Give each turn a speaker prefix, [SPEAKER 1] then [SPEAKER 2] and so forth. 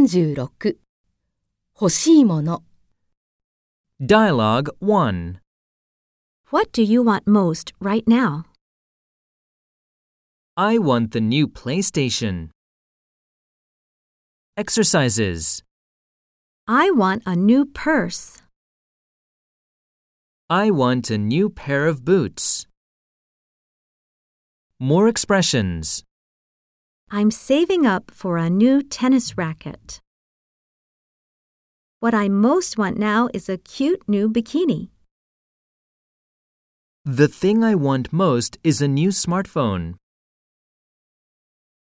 [SPEAKER 1] 36欲しいもの
[SPEAKER 2] Dialogue 1.
[SPEAKER 3] What do you want most right now?
[SPEAKER 2] I want the new PlayStation. Exercises.
[SPEAKER 3] I want a new purse.
[SPEAKER 2] I want a new pair of boots. More expressions.
[SPEAKER 3] I'm saving up for a new tennis racket. What I most want now is a cute new bikini.
[SPEAKER 2] The thing I want most is a new smartphone.